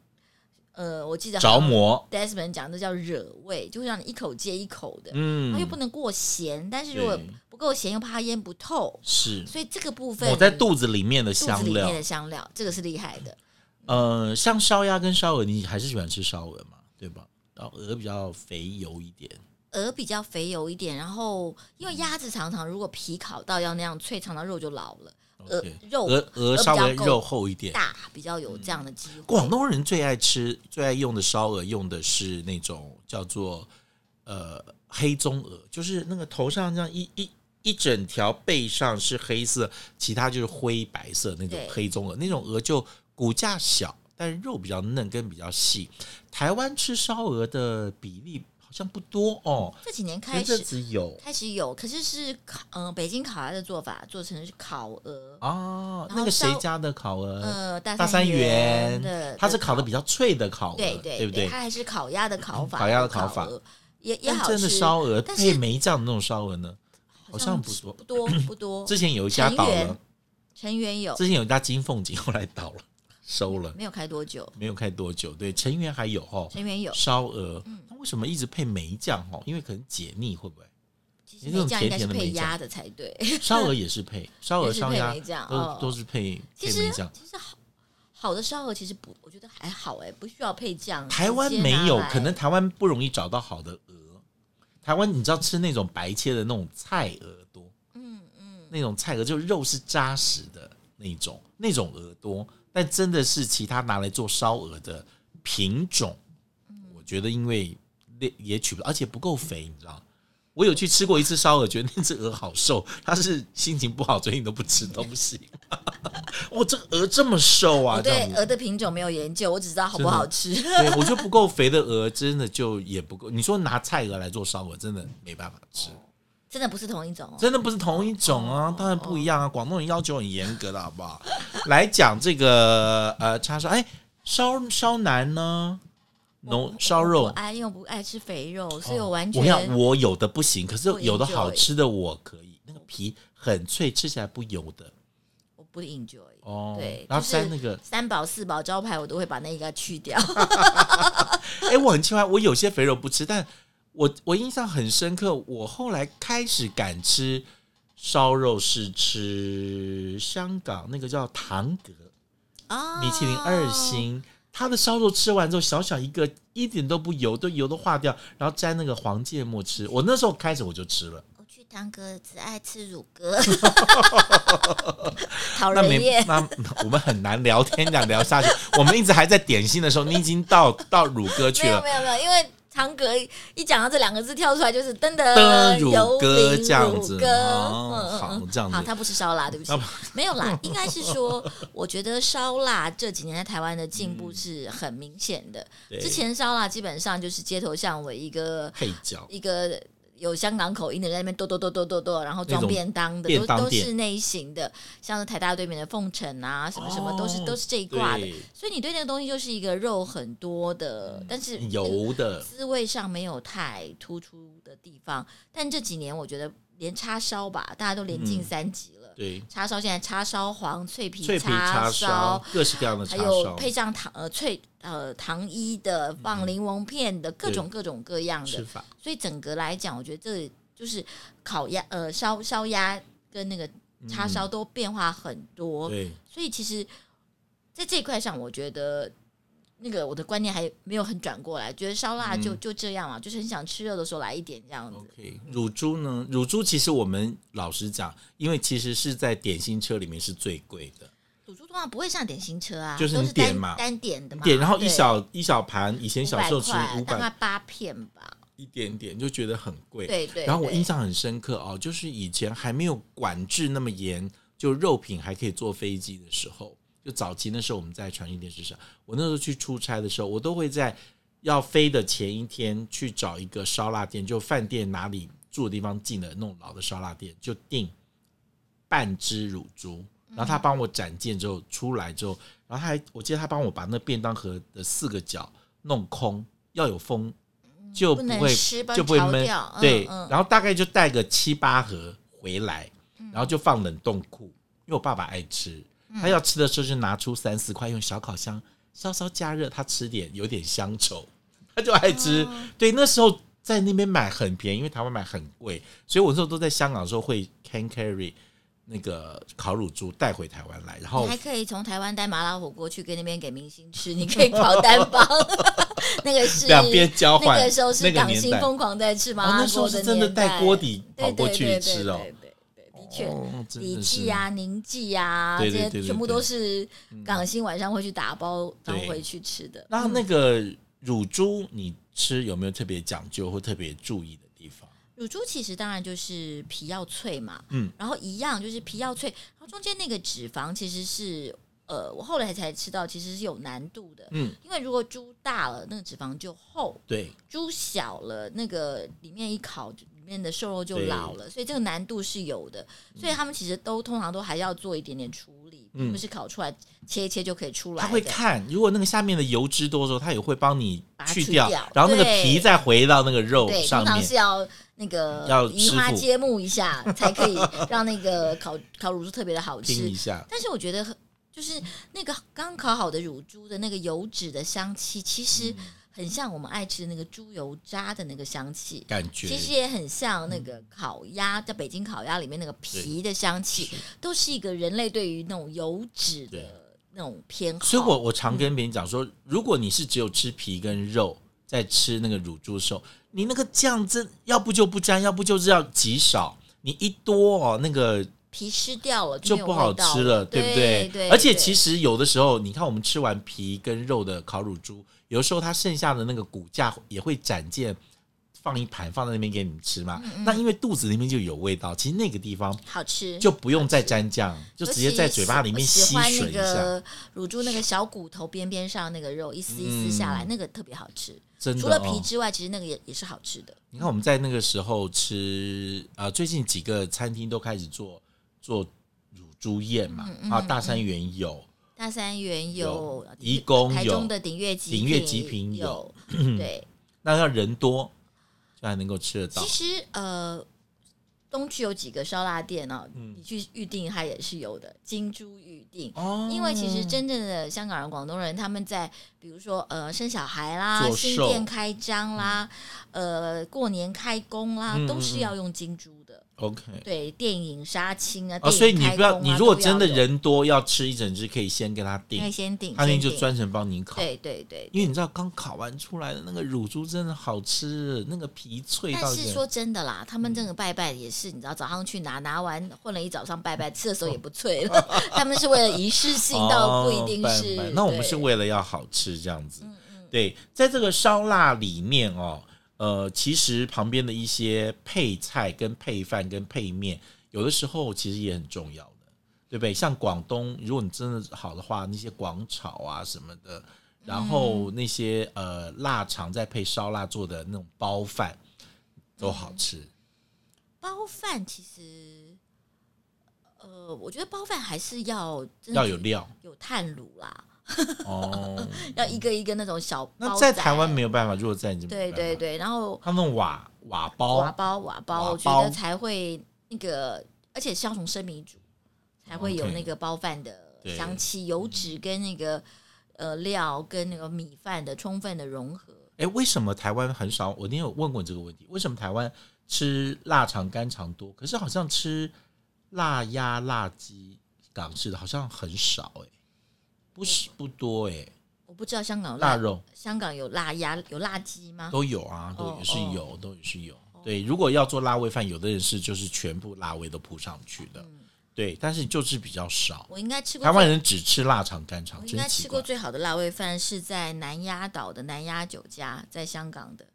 Speaker 2: 呃，我记得好
Speaker 1: 着
Speaker 2: 像
Speaker 1: 魔。
Speaker 2: Desmond 讲的叫惹味，就会让你一口接一口的，
Speaker 1: 嗯，
Speaker 2: 它又不能过咸，但是如果
Speaker 1: 对
Speaker 2: 不够咸又怕它腌不透，
Speaker 1: 是
Speaker 2: 所以这个部分
Speaker 1: 抹在肚子里面的
Speaker 2: 肚子
Speaker 1: 香
Speaker 2: 里
Speaker 1: 料
Speaker 2: 面。的香料，这个是厉害的。
Speaker 1: 呃，像烧鸭跟烧鹅，你还是喜欢吃烧鹅嘛，对吧？然后鹅比较肥油一点，
Speaker 2: 鹅比较肥油一点，然后因为鸭子常常如果皮烤到要那样脆，常常肉就老了，鹅
Speaker 1: OK
Speaker 2: 肉
Speaker 1: 鹅鹅
Speaker 2: 鹅比
Speaker 1: 稍
Speaker 2: 较
Speaker 1: 微
Speaker 2: 够
Speaker 1: 肉厚一点。
Speaker 2: 大比较有这样的机会。
Speaker 1: 广东人最爱吃、最爱用的烧鹅，用的是那种叫做呃黑棕鹅，就是那个头上这样一一一整条，背上是黑色，其他就是灰白色那种
Speaker 2: 对
Speaker 1: 黑棕鹅。那种鹅就骨架小，但是肉比较嫩跟比较细。台湾吃烧鹅的比例好像不多哦，
Speaker 2: 这几年
Speaker 1: 前
Speaker 2: 嗯开
Speaker 1: 阵
Speaker 2: 始
Speaker 1: 子有
Speaker 2: 开始有，可是是烤嗯、北京烤鸭的做法做成是烤鹅，
Speaker 1: 啊，
Speaker 2: 然后
Speaker 1: 那个谁
Speaker 2: 烧
Speaker 1: 家的烤鹅，
Speaker 2: 呃大
Speaker 1: 大三元
Speaker 2: 的，
Speaker 1: 它是
Speaker 2: 的
Speaker 1: 烤的比较脆的烤鹅，
Speaker 2: 对对
Speaker 1: 不对？嗯
Speaker 2: 它还是烤鸭的烤法，
Speaker 1: 烤鸭的烤法
Speaker 2: 鹅也也
Speaker 1: 但
Speaker 2: 好
Speaker 1: 真的
Speaker 2: 吃。
Speaker 1: 烧鹅
Speaker 2: 但
Speaker 1: 配
Speaker 2: 是
Speaker 1: 梅酱的那种烧鹅呢，好像不多
Speaker 2: 不。多不多。
Speaker 1: 之前有一家倒
Speaker 2: 成
Speaker 1: 了
Speaker 2: 员，成员有
Speaker 1: 之前有一家金凤锦，后来倒了， 收了，
Speaker 2: 没有开多久？
Speaker 1: 没有开多久。对，成员还有哦，
Speaker 2: 成员有，嗯
Speaker 1: 烧鹅，那为什么一直配梅酱哦？因为可能解腻，会 不会？
Speaker 2: 其实梅酱应该是配鸭的才 对，
Speaker 1: 烧鹅也是配，烧鹅、
Speaker 2: 也是
Speaker 1: 烧
Speaker 2: 配
Speaker 1: 鸭
Speaker 2: 梅酱哦
Speaker 1: 都都是配
Speaker 2: 其
Speaker 1: 配
Speaker 2: 实
Speaker 1: 梅酱。
Speaker 2: 其实好好的烧鹅其实不，我觉得还好哎，不需要配酱。
Speaker 1: 台湾
Speaker 2: 直接
Speaker 1: 没
Speaker 2: 拿
Speaker 1: 有，
Speaker 2: 来
Speaker 1: 可能台湾不容易找到好的鹅。台湾你知道吃那种白切的那种菜鹅多，
Speaker 2: 嗯嗯，
Speaker 1: 那种菜鹅，就是肉是扎实的那种，那种鹅多，但真的是其他拿来做烧鹅的
Speaker 2: 嗯
Speaker 1: 品种，我觉得因为也也取不，而且不够肥，你知道。我有去吃过一次烧鹅，觉得那只鹅好瘦，它是心情不好，所以你都不吃东西。 哇，这个鹅这么瘦啊！
Speaker 2: 我
Speaker 1: 这样
Speaker 2: 哦对
Speaker 1: 子
Speaker 2: 鹅的品种没有研究，我只知道好不
Speaker 1: 真的
Speaker 2: 好吃。
Speaker 1: 对，我觉得不够肥的鹅真的就也不够。你说拿菜鹅来做烧鹅，真的没办法吃，
Speaker 2: 真的不是同一种哦。
Speaker 1: 真的不是同一种啊，当然不一样啊。广东人要求很严格的好不好？来讲这个呃，叉烧，哎，烧烧腩呢，浓烧
Speaker 2: 我不
Speaker 1: 肉。哦
Speaker 2: 爱，因为我不爱吃肥肉，所以我完全
Speaker 1: 我想我有的不行，可是
Speaker 2: 不
Speaker 1: 有的
Speaker 2: enjoy
Speaker 1: 好吃的我可以，那个皮很脆，吃起来不油的
Speaker 2: 我不 enjoy。
Speaker 1: 哦。
Speaker 2: 对，
Speaker 1: 然后
Speaker 2: 就是
Speaker 1: 沾那个，
Speaker 2: 三宝四宝招牌，我都会把那一个去掉。
Speaker 1: 哎、我很奇怪，我有些肥肉不吃，但我我印象很深刻，我后来开始敢吃烧肉是吃香港那个叫堂格
Speaker 2: 哦，
Speaker 1: 米其林二，星，它的烧肉吃完之后小小一个，一点都不油，都油都化掉，然后沾那个黄芥末吃。我那时候开始我就吃了，
Speaker 2: 哦我去堂哥只爱吃乳 鸽，讨
Speaker 1: 那
Speaker 2: 人
Speaker 1: 没
Speaker 2: 厌。
Speaker 1: 那我们很难聊天讲聊下去，我们一直还在点心的时候，你已经到到乳鸽去
Speaker 2: 没有
Speaker 1: 了。
Speaker 2: 没有没有，因为堂哥一讲到这两个字跳出来就是噔
Speaker 1: 的
Speaker 2: 噔
Speaker 1: 乳
Speaker 2: 油
Speaker 1: 鸽
Speaker 2: 呃饼
Speaker 1: 这样
Speaker 2: 乳
Speaker 1: 子
Speaker 2: 鸽
Speaker 1: 哦
Speaker 2: 嗯嗯
Speaker 1: 好
Speaker 2: 嗯
Speaker 1: 这样子
Speaker 2: 好，他不吃烧腊，对不起
Speaker 1: 啊不，
Speaker 2: 没有啦，应该是说，我觉得烧腊这几年在台湾的进步是很明显的。
Speaker 1: 嗯对
Speaker 2: 之前烧腊基本上就是街头巷尾一个
Speaker 1: 配角，
Speaker 2: 一个有香港口音的人在那边哆哆哆哆哆哆，然后装
Speaker 1: 那种
Speaker 2: 便当的，
Speaker 1: 便
Speaker 2: 都
Speaker 1: 当
Speaker 2: 都
Speaker 1: 店
Speaker 2: 是那一型的，像是台大对面的凤城啊，什么什么、
Speaker 1: 哦
Speaker 2: 都是都是这一挂的。
Speaker 1: 对，
Speaker 2: 所以你对那个东西就是一个肉很多
Speaker 1: 嗯
Speaker 2: 的，但是那个
Speaker 1: 油的。
Speaker 2: 滋味上没有太突出的地方。但这几年我觉得连叉烧吧，大家都连进
Speaker 1: 嗯
Speaker 2: 三级了。
Speaker 1: 对，
Speaker 2: 叉烧现在叉烧黄脆皮
Speaker 1: 脆皮叉烧
Speaker 2: 烧，，
Speaker 1: 各式各样的叉
Speaker 2: 还有
Speaker 1: 烧，
Speaker 2: 配上糖呃脆呃糖衣的，放
Speaker 1: 嗯
Speaker 2: 柠檬片的，各种各种各样
Speaker 1: 吃
Speaker 2: 的。
Speaker 1: 法。
Speaker 2: 所以整个来讲，我觉得这就是烤鸭呃烧烧鸭跟那个叉烧都变化很多。
Speaker 1: 嗯对，
Speaker 2: 所以其实在这一块上，我觉得。那个我的观念还没有很转过来，觉得烧腊就、
Speaker 1: 嗯
Speaker 2: 就这样啊，就是很想吃肉的时候来一点这样子。
Speaker 1: OK，乳猪呢？乳猪其实我们老实讲，因为其实是在点心车里面是最贵的，
Speaker 2: 卤猪通常不会上点心车啊，
Speaker 1: 就是
Speaker 2: 都
Speaker 1: 你
Speaker 2: 是
Speaker 1: 点
Speaker 2: 单
Speaker 1: 嘛
Speaker 2: 单点的嘛。
Speaker 1: 点然后
Speaker 2: 对
Speaker 1: 一小一小盘，以前小时候吃五
Speaker 2: 500块大概
Speaker 1: 百
Speaker 2: 八片吧。
Speaker 1: 一点点就觉得很贵，
Speaker 2: 对对。
Speaker 1: 然后我
Speaker 2: 对
Speaker 1: 印象很深刻哦，就是以前还没有管制那么严，就肉品还可以坐飞机的时候，就早期那时候我们在传讯电视上，我那时候去出差的时候，我都会在要飞的前一天去找一个烧腊店，就饭店哪里住的地方近的那种老的烧腊店，就订半只乳猪。然后
Speaker 2: 嗯
Speaker 1: 他帮我展件之后出来之后，然后他还我记得他帮我把那便当盒的四个角弄空，要有风就
Speaker 2: 嗯不
Speaker 1: 不
Speaker 2: 能
Speaker 1: 会
Speaker 2: 湿把它
Speaker 1: 就不会
Speaker 2: 潮
Speaker 1: 闷
Speaker 2: 掉。嗯
Speaker 1: 对，
Speaker 2: 嗯嗯
Speaker 1: 然后大概就带个七八盒回来，然后就放冷冻库，因为我爸爸爱吃，他要吃的时候就拿出三四块，用小烤箱稍稍加热，他吃点有点乡愁， 他就爱吃。
Speaker 2: 哦
Speaker 1: 对，那时候在那边买很便宜，因为台湾买很贵，所以我那时候都在香港的时候会 can carry 那个烤乳猪带回台湾来，然后
Speaker 2: 你还可以从台湾带麻辣火锅去跟那边给明星吃，你可以烤单帮， 那个是
Speaker 1: 两边交换。
Speaker 2: 那个时候是港
Speaker 1: 年
Speaker 2: 星
Speaker 1: 代，
Speaker 2: 疯狂在吃麻
Speaker 1: 哦
Speaker 2: 辣
Speaker 1: 那时候
Speaker 2: 锅
Speaker 1: 是
Speaker 2: 的
Speaker 1: 真的
Speaker 2: 年代，
Speaker 1: 带锅底跑
Speaker 2: 对
Speaker 1: 过
Speaker 2: 对
Speaker 1: 去
Speaker 2: 对
Speaker 1: 吃哦
Speaker 2: 对对对对，的确。
Speaker 1: 哦真
Speaker 2: 李
Speaker 1: 的是
Speaker 2: 记啊、宁记啊，
Speaker 1: 对
Speaker 2: 这
Speaker 1: 对
Speaker 2: 些
Speaker 1: 对对
Speaker 2: 全部
Speaker 1: 对嗯
Speaker 2: 都是港星晚上会去打包，然后
Speaker 1: 对
Speaker 2: 回去吃的。
Speaker 1: 那那个乳猪，你吃有没有特别讲究或特别注意的地方？
Speaker 2: 乳猪其实当然就是皮要脆嘛，
Speaker 1: 嗯，
Speaker 2: 然后一样就是皮要脆，然后中间那个脂肪其实是呃，我后来才知道其实是有难度的，
Speaker 1: 嗯，
Speaker 2: 因为如果猪大了，那个脂肪就厚；
Speaker 1: 对，
Speaker 2: 猪小了，那个里面一烤，里面的瘦肉就
Speaker 1: 对
Speaker 2: 老了，所以这个难度是有的，所以他们其实都通常都还要做一点点处理，
Speaker 1: 嗯
Speaker 2: 并不是烤出来切一切就可以出来
Speaker 1: 他
Speaker 2: 的。
Speaker 1: 会看，如果那个下面的油脂多的时候，他也会帮你
Speaker 2: 把它
Speaker 1: 去
Speaker 2: 去
Speaker 1: 掉，
Speaker 2: 掉
Speaker 1: 然后那个
Speaker 2: 对
Speaker 1: 皮再回到那个肉
Speaker 2: 对，
Speaker 1: 上
Speaker 2: 通常
Speaker 1: 面嗯
Speaker 2: 是。要那个
Speaker 1: 要
Speaker 2: 移
Speaker 1: 师
Speaker 2: 花
Speaker 1: 傅
Speaker 2: 接木 一下，才可以让那个烤烤乳猪特别的好
Speaker 1: 听
Speaker 2: 吃
Speaker 1: 一。下，
Speaker 2: 但是我觉得很，就是那个刚烤好的乳猪的那个油脂的香气，其实
Speaker 1: 嗯
Speaker 2: 很像我们爱吃的那个猪油渣的那个香气。
Speaker 1: 感觉
Speaker 2: 其实也很像那
Speaker 1: 嗯
Speaker 2: 个烤鸭，在北京烤鸭里面那个皮的香气，都是一个人类对于那种油脂
Speaker 1: 对
Speaker 2: 的那种偏好。
Speaker 1: 所以我我
Speaker 2: 嗯
Speaker 1: 常跟别人讲说，如果你是只有吃皮跟肉，在吃那个乳猪的时候，你那个酱真要不就不沾，要不就是要极少。你一多哦，那个
Speaker 2: 皮吃掉了
Speaker 1: 就
Speaker 2: 没有
Speaker 1: 不好
Speaker 2: 味道
Speaker 1: 吃了，对不
Speaker 2: 对？
Speaker 1: 而且
Speaker 2: 对
Speaker 1: 其实有的时候，你看我们吃完皮跟肉的烤乳猪，有时候它剩下的那个骨架也会展现放一盘放在那边给你们吃
Speaker 2: 嗯
Speaker 1: 嘛。那因为肚子里面就有味道，其实那个地方
Speaker 2: 好吃，
Speaker 1: 就不用再沾酱，就直接在嘴巴里面吸
Speaker 2: 尤其
Speaker 1: 吮
Speaker 2: 喜欢
Speaker 1: 一
Speaker 2: 那
Speaker 1: 下，
Speaker 2: 个乳猪那个小骨头边边上那个肉，一丝一丝下来，那个特别好吃。
Speaker 1: 嗯真
Speaker 2: 除
Speaker 1: 的
Speaker 2: 了皮
Speaker 1: 哦。
Speaker 2: 之外，其实那个也也是好吃的。
Speaker 1: 你看我们在那个时候吃，呃，最近几个餐厅都开始做做乳猪宴嘛，
Speaker 2: 嗯嗯
Speaker 1: 啊，
Speaker 2: 嗯
Speaker 1: 大山园有，
Speaker 2: 大三元
Speaker 1: 有
Speaker 2: 有，
Speaker 1: 移工
Speaker 2: 台
Speaker 1: 有
Speaker 2: 中的鼎悦极
Speaker 1: 鼎悦极品
Speaker 2: 有，对，
Speaker 1: 那要人多就还能够吃得到
Speaker 2: 其。实呃，东区有几个烧腊店哦，
Speaker 1: 嗯
Speaker 2: 你去预定它也是有的，金珠预定。
Speaker 1: 哦
Speaker 2: 因为其实真正的香港人、广东人，他们在比如说呃生小孩啦、
Speaker 1: 做
Speaker 2: 新
Speaker 1: 寿
Speaker 2: 店开张啦、呃过年开工啦，
Speaker 1: 嗯
Speaker 2: 都是
Speaker 1: 嗯嗯
Speaker 2: 要用金珠的。
Speaker 1: OK。
Speaker 2: 对，电影杀青啊，
Speaker 1: 哦，
Speaker 2: 电
Speaker 1: 所以
Speaker 2: 影
Speaker 1: 你
Speaker 2: 开
Speaker 1: 不要，
Speaker 2: 工
Speaker 1: 你
Speaker 2: 啊
Speaker 1: 如果
Speaker 2: 都
Speaker 1: 真的
Speaker 2: 要有
Speaker 1: 人多要吃一整只，可以先跟他
Speaker 2: 可以
Speaker 1: 订，
Speaker 2: 先订，
Speaker 1: 他那天
Speaker 2: 先
Speaker 1: 就
Speaker 2: 订
Speaker 1: 专程帮你烤。
Speaker 2: 对对对。
Speaker 1: 因为你知道，刚烤完出来的那个乳猪真的好吃，那个皮脆
Speaker 2: 但
Speaker 1: 到嗯一
Speaker 2: 是
Speaker 1: 个
Speaker 2: 说真的啦，他们这个拜拜也是，你知道早上去拿，拿完混了一早上拜拜，吃的时候也不脆了。 他们是为了仪式性，倒不一定
Speaker 1: 哦哦
Speaker 2: 是
Speaker 1: 拜拜。那我们
Speaker 2: 对嗯
Speaker 1: 是为了要好吃这样子。对，在这个烧腊里面哦，呃，其实旁边的一些配菜、跟配饭、跟配面，有的时候其实也很重要的，对不对？像广东，如果你真的好的话，那些广炒啊什么
Speaker 2: 嗯
Speaker 1: 的，然后那些、呃腊肠再配烧腊做的那种包饭，都好吃。
Speaker 2: 包饭，其实呃，我觉得包饭还是要真的
Speaker 1: 要有 料
Speaker 2: 有炭炉啦，
Speaker 1: 哦，
Speaker 2: 要一个一个那种小包仔。
Speaker 1: 那在台湾没有办法，如果在你这
Speaker 2: 对对，对，然后
Speaker 1: 他们瓦瓦包
Speaker 2: 瓦包瓦包，
Speaker 1: 瓦
Speaker 2: 我觉
Speaker 1: 包
Speaker 2: 得才会那个，而且是要从生米煮，才会有
Speaker 1: OK
Speaker 2: 那个包饭的
Speaker 1: 对
Speaker 2: 香气、油脂跟那个呃料跟那个米饭的充分的融合。
Speaker 1: 哎，为什么台湾很少？我那天有问过你这个问题，为什么台湾吃腊肠、干肠多，可是好像吃腊鸭、腊鸡、港式的好像很少哎、不是不多哎、
Speaker 2: 我不知道香港有
Speaker 1: 腊肉
Speaker 2: 香港有腊鸭有腊鸡吗？
Speaker 1: 都有啊，都
Speaker 2: 嗯哦
Speaker 1: 也是有，都也是有。对，如果要做辣味饭，有的人是就是全部辣味都铺上去的，对，但是就是比较少。
Speaker 2: 我应该嗯吃过
Speaker 1: 台湾
Speaker 2: 最哦
Speaker 1: 人只吃腊肠、干肠，
Speaker 2: 我应
Speaker 1: 真
Speaker 2: 该
Speaker 1: 奇
Speaker 2: 吃
Speaker 1: 怪
Speaker 2: 过。最好的辣味饭是在南丫岛的南丫酒家，在香港的，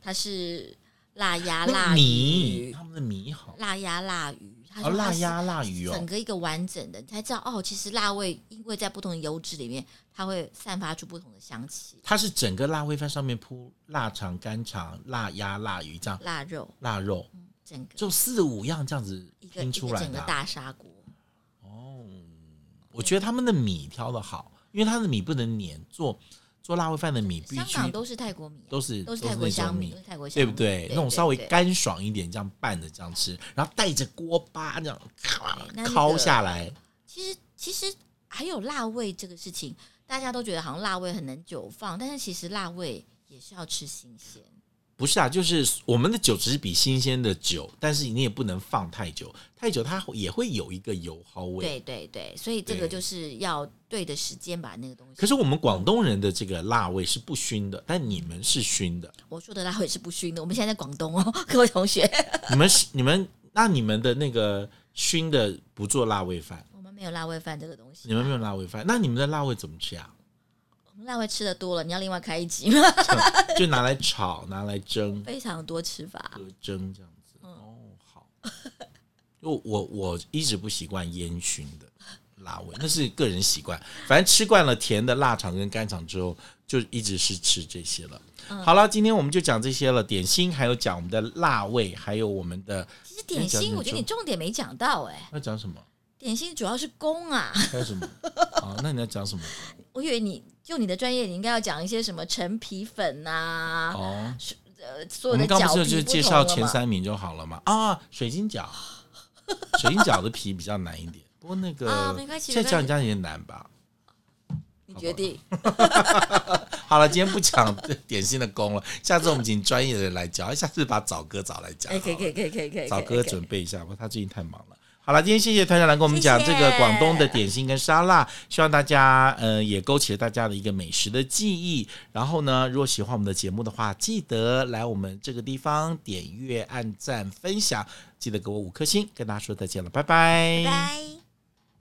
Speaker 2: 它是腊鸭
Speaker 1: 那
Speaker 2: 腊
Speaker 1: 个米，
Speaker 2: 鱼，
Speaker 1: 他们的米好，
Speaker 2: 腊鸭腊鱼，它
Speaker 1: 哦，
Speaker 2: 说它
Speaker 1: 腊
Speaker 2: 是
Speaker 1: 鸭、腊鱼
Speaker 2: 整
Speaker 1: 哦，
Speaker 2: 个一个完整的，你才知道哦，其实辣味因为在不同的油脂里面，它会散发出不同的香气。
Speaker 1: 它是整个辣味饭上面铺腊肠、干肠、腊鸭、腊鱼这样，
Speaker 2: 腊肉
Speaker 1: 腊肉
Speaker 2: 整个
Speaker 1: 就四五样这样子
Speaker 2: 一个
Speaker 1: 拼
Speaker 2: 一
Speaker 1: 出
Speaker 2: 个
Speaker 1: 来
Speaker 2: 整个
Speaker 1: 的啊、哦
Speaker 2: 大砂锅，
Speaker 1: 我觉得他们的米挑的好，因为他的米不能粘，做做辣味饭的米必
Speaker 2: 香
Speaker 1: 须
Speaker 2: 港都是泰国米啊、
Speaker 1: 都是
Speaker 2: 都是
Speaker 1: 那
Speaker 2: 泰国香
Speaker 1: 种
Speaker 2: 米，
Speaker 1: 米
Speaker 2: 都。是泰国香
Speaker 1: 对
Speaker 2: 米，
Speaker 1: 不对？那种稍微。干爽一点，这样拌着这样吃，然后带着锅巴这样咔
Speaker 2: 那那个
Speaker 1: 敲下来，
Speaker 2: 其实其实还有辣味这个事情，大家都觉得好像辣味很能久放，但是其实辣味也是要吃新鲜。
Speaker 1: 不是啊，就是我们的酒只是比新鲜的酒，但是你也不能放太久，太久它也会有一个油耗味。
Speaker 2: 对对对，所以这个
Speaker 1: 对
Speaker 2: 就是要对的时间把那个东西。
Speaker 1: 可是我们广东人的这个辣味是不熏的，但你们是熏的，
Speaker 2: 我说的辣味是不熏的，我们现在在广东哦， 各位 同学，
Speaker 1: 你们是你们那你们的那个熏的不做辣味饭，
Speaker 2: 我们没有辣味饭这个东西。
Speaker 1: 你们没有辣味饭，那你们的辣味怎么吃啊？
Speaker 2: 我们辣味吃的多了，你要另外开一集
Speaker 1: 就拿来炒，拿来蒸，
Speaker 2: 非常多吃法
Speaker 1: 和，蒸这样子。哦，好。就我我一直不习惯烟熏的辣味，那是个人习惯。反正吃惯了甜的腊肠跟干肠之后，就一直是吃这些了。好了，今天我们就讲这些了，点心，还有讲我们的辣味，还有我们的
Speaker 2: 其实点
Speaker 1: 讲
Speaker 2: 心，
Speaker 1: 讲
Speaker 2: 我觉得你
Speaker 1: 讲
Speaker 2: 重点没讲到哎、
Speaker 1: 要讲什么，
Speaker 2: 点心主要是公啊，
Speaker 1: 还有什 么啊？那你要讲什么？
Speaker 2: 我以为你就你的专业，你应该要讲一些什么陈皮粉呐、
Speaker 1: 哦，
Speaker 2: 呃，啊所
Speaker 1: 我
Speaker 2: 有
Speaker 1: 们
Speaker 2: 的
Speaker 1: 刚
Speaker 2: 饺
Speaker 1: 不
Speaker 2: 皮
Speaker 1: 是就
Speaker 2: 不
Speaker 1: 介
Speaker 2: 同
Speaker 1: 绍
Speaker 2: 了
Speaker 1: 前
Speaker 2: 嘛
Speaker 1: 三名就好了嘛？啊，水晶 饺，水晶饺的皮比较难一点，不过那个、
Speaker 2: 啊没关系
Speaker 1: 现
Speaker 2: 没
Speaker 1: 在
Speaker 2: 关
Speaker 1: 讲讲
Speaker 2: 系
Speaker 1: 也难吧？
Speaker 2: 你决定。
Speaker 1: 好了，今天不讲点心的工了，下次我们请专业的人来教，下次把枣哥找来讲好
Speaker 2: 哎，
Speaker 1: 了。
Speaker 2: 可以可以可以可以可以，
Speaker 1: 找
Speaker 2: 可以
Speaker 1: 哥
Speaker 2: 可以
Speaker 1: 准备一下吧，他最近太忙了。好了，今天谢谢团长来跟我们讲
Speaker 2: 谢
Speaker 1: 这
Speaker 2: 谢
Speaker 1: 个广东的点心跟沙拉，希望大家呃也勾起了大家的一个美食的记忆。然后呢，如果喜欢我们的节目的话，记得来我们这个地方点阅、按赞、分享，记得给我五颗星。跟大家说再见了，拜拜
Speaker 2: 拜。